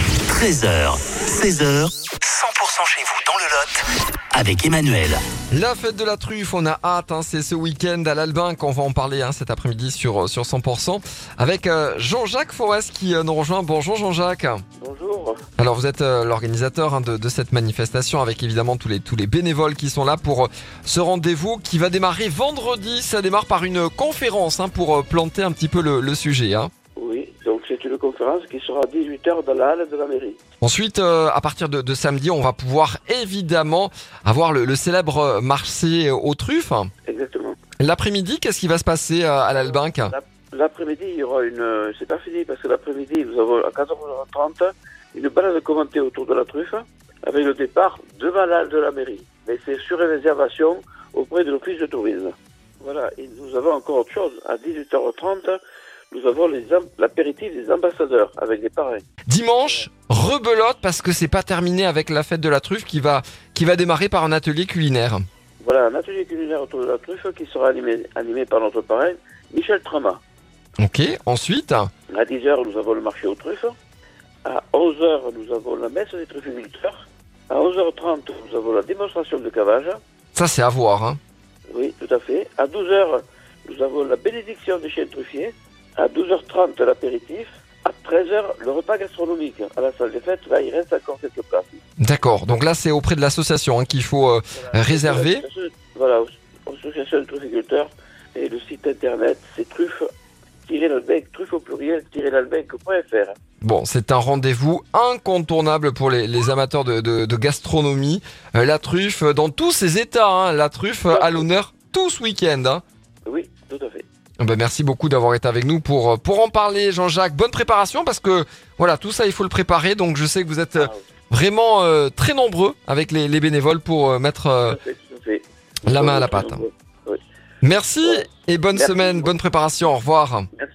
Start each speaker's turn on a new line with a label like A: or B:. A: 13h, 16h, 100% chez vous dans le Lot, avec Emmanuel.
B: La fête de la truffe, on a hâte, hein, c'est ce week-end à l'Albin qu'on va en parler hein, cet après-midi sur, sur 100%, avec euh, Jean-Jacques Forest qui euh, nous rejoint. Bonjour Jean-Jacques.
C: Bonjour.
B: Alors vous êtes euh, l'organisateur hein, de, de cette manifestation avec évidemment tous les, tous les bénévoles qui sont là pour euh, ce rendez-vous qui va démarrer vendredi. Ça démarre par une conférence hein, pour euh, planter un petit peu le, le sujet. hein.
C: Oui, donc c'est une conférence qui sera à 18h dans la halle de la mairie.
B: Ensuite, euh, à partir de, de samedi, on va pouvoir évidemment avoir le, le célèbre euh, marché aux truffes.
C: Exactement.
B: L'après-midi, qu'est-ce qui va se passer euh, à l'Albinque
C: L'après-midi, il y aura une. euh, C'est pas fini parce que l'après-midi, nous avons à 14h30 une balade commentée autour de la truffe avec le départ devant la halle de la mairie. Mais c'est sur réservation auprès de l'office de tourisme. Voilà, et nous avons encore autre chose. À 18h30, nous avons les am- l'apéritif des ambassadeurs avec des parrains.
B: Dimanche, rebelote parce que c'est pas terminé avec la fête de la truffe qui va, qui va démarrer par un atelier culinaire.
C: Voilà, un atelier culinaire autour de la truffe qui sera animé, animé par notre parrain Michel Trama.
B: Ok, ensuite,
C: À 10h, nous avons le marché aux truffes. À 11h, nous avons la messe des trufficulteurs. À 11h30, nous avons la démonstration de cavage.
B: ça c'est à voir. hein.
C: Oui, tout à fait. À 12h, nous avons la bénédiction des chiens truffiers. À 12h30, l'apéritif. À 13h, le repas gastronomique. À la salle des fêtes, là, il reste encore quelques places.
B: D'accord, donc là c'est auprès de l'association hein, qu'il faut euh, réserver.
C: Voilà, association de trufficulteurs. Et le site internet, c'est truffes-l'albec, truffe au pluriel, l'albec.fr.
B: Bon, c'est un rendez-vous incontournable pour les, les amateurs de, de- de gastronomie. Euh, la truffe, euh, dans tous ses états, hein, la truffe euh, à l'honneur tout ce week-end. hein.
C: Oui, tout à fait.
B: Eh ben, merci beaucoup d'avoir été avec nous pour, euh, pour en parler, Jean-Jacques. Bonne préparation parce que voilà, tout ça, il faut le préparer. Donc je sais que vous êtes euh,
C: Ah oui,
B: vraiment euh, très nombreux avec les, les bénévoles pour euh, mettre euh,
C: tout à fait, tout à fait.
B: la main à la pâte. hein. Merci et bonne
C: Merci.
B: semaine, bonne préparation. Au revoir.
C: Merci.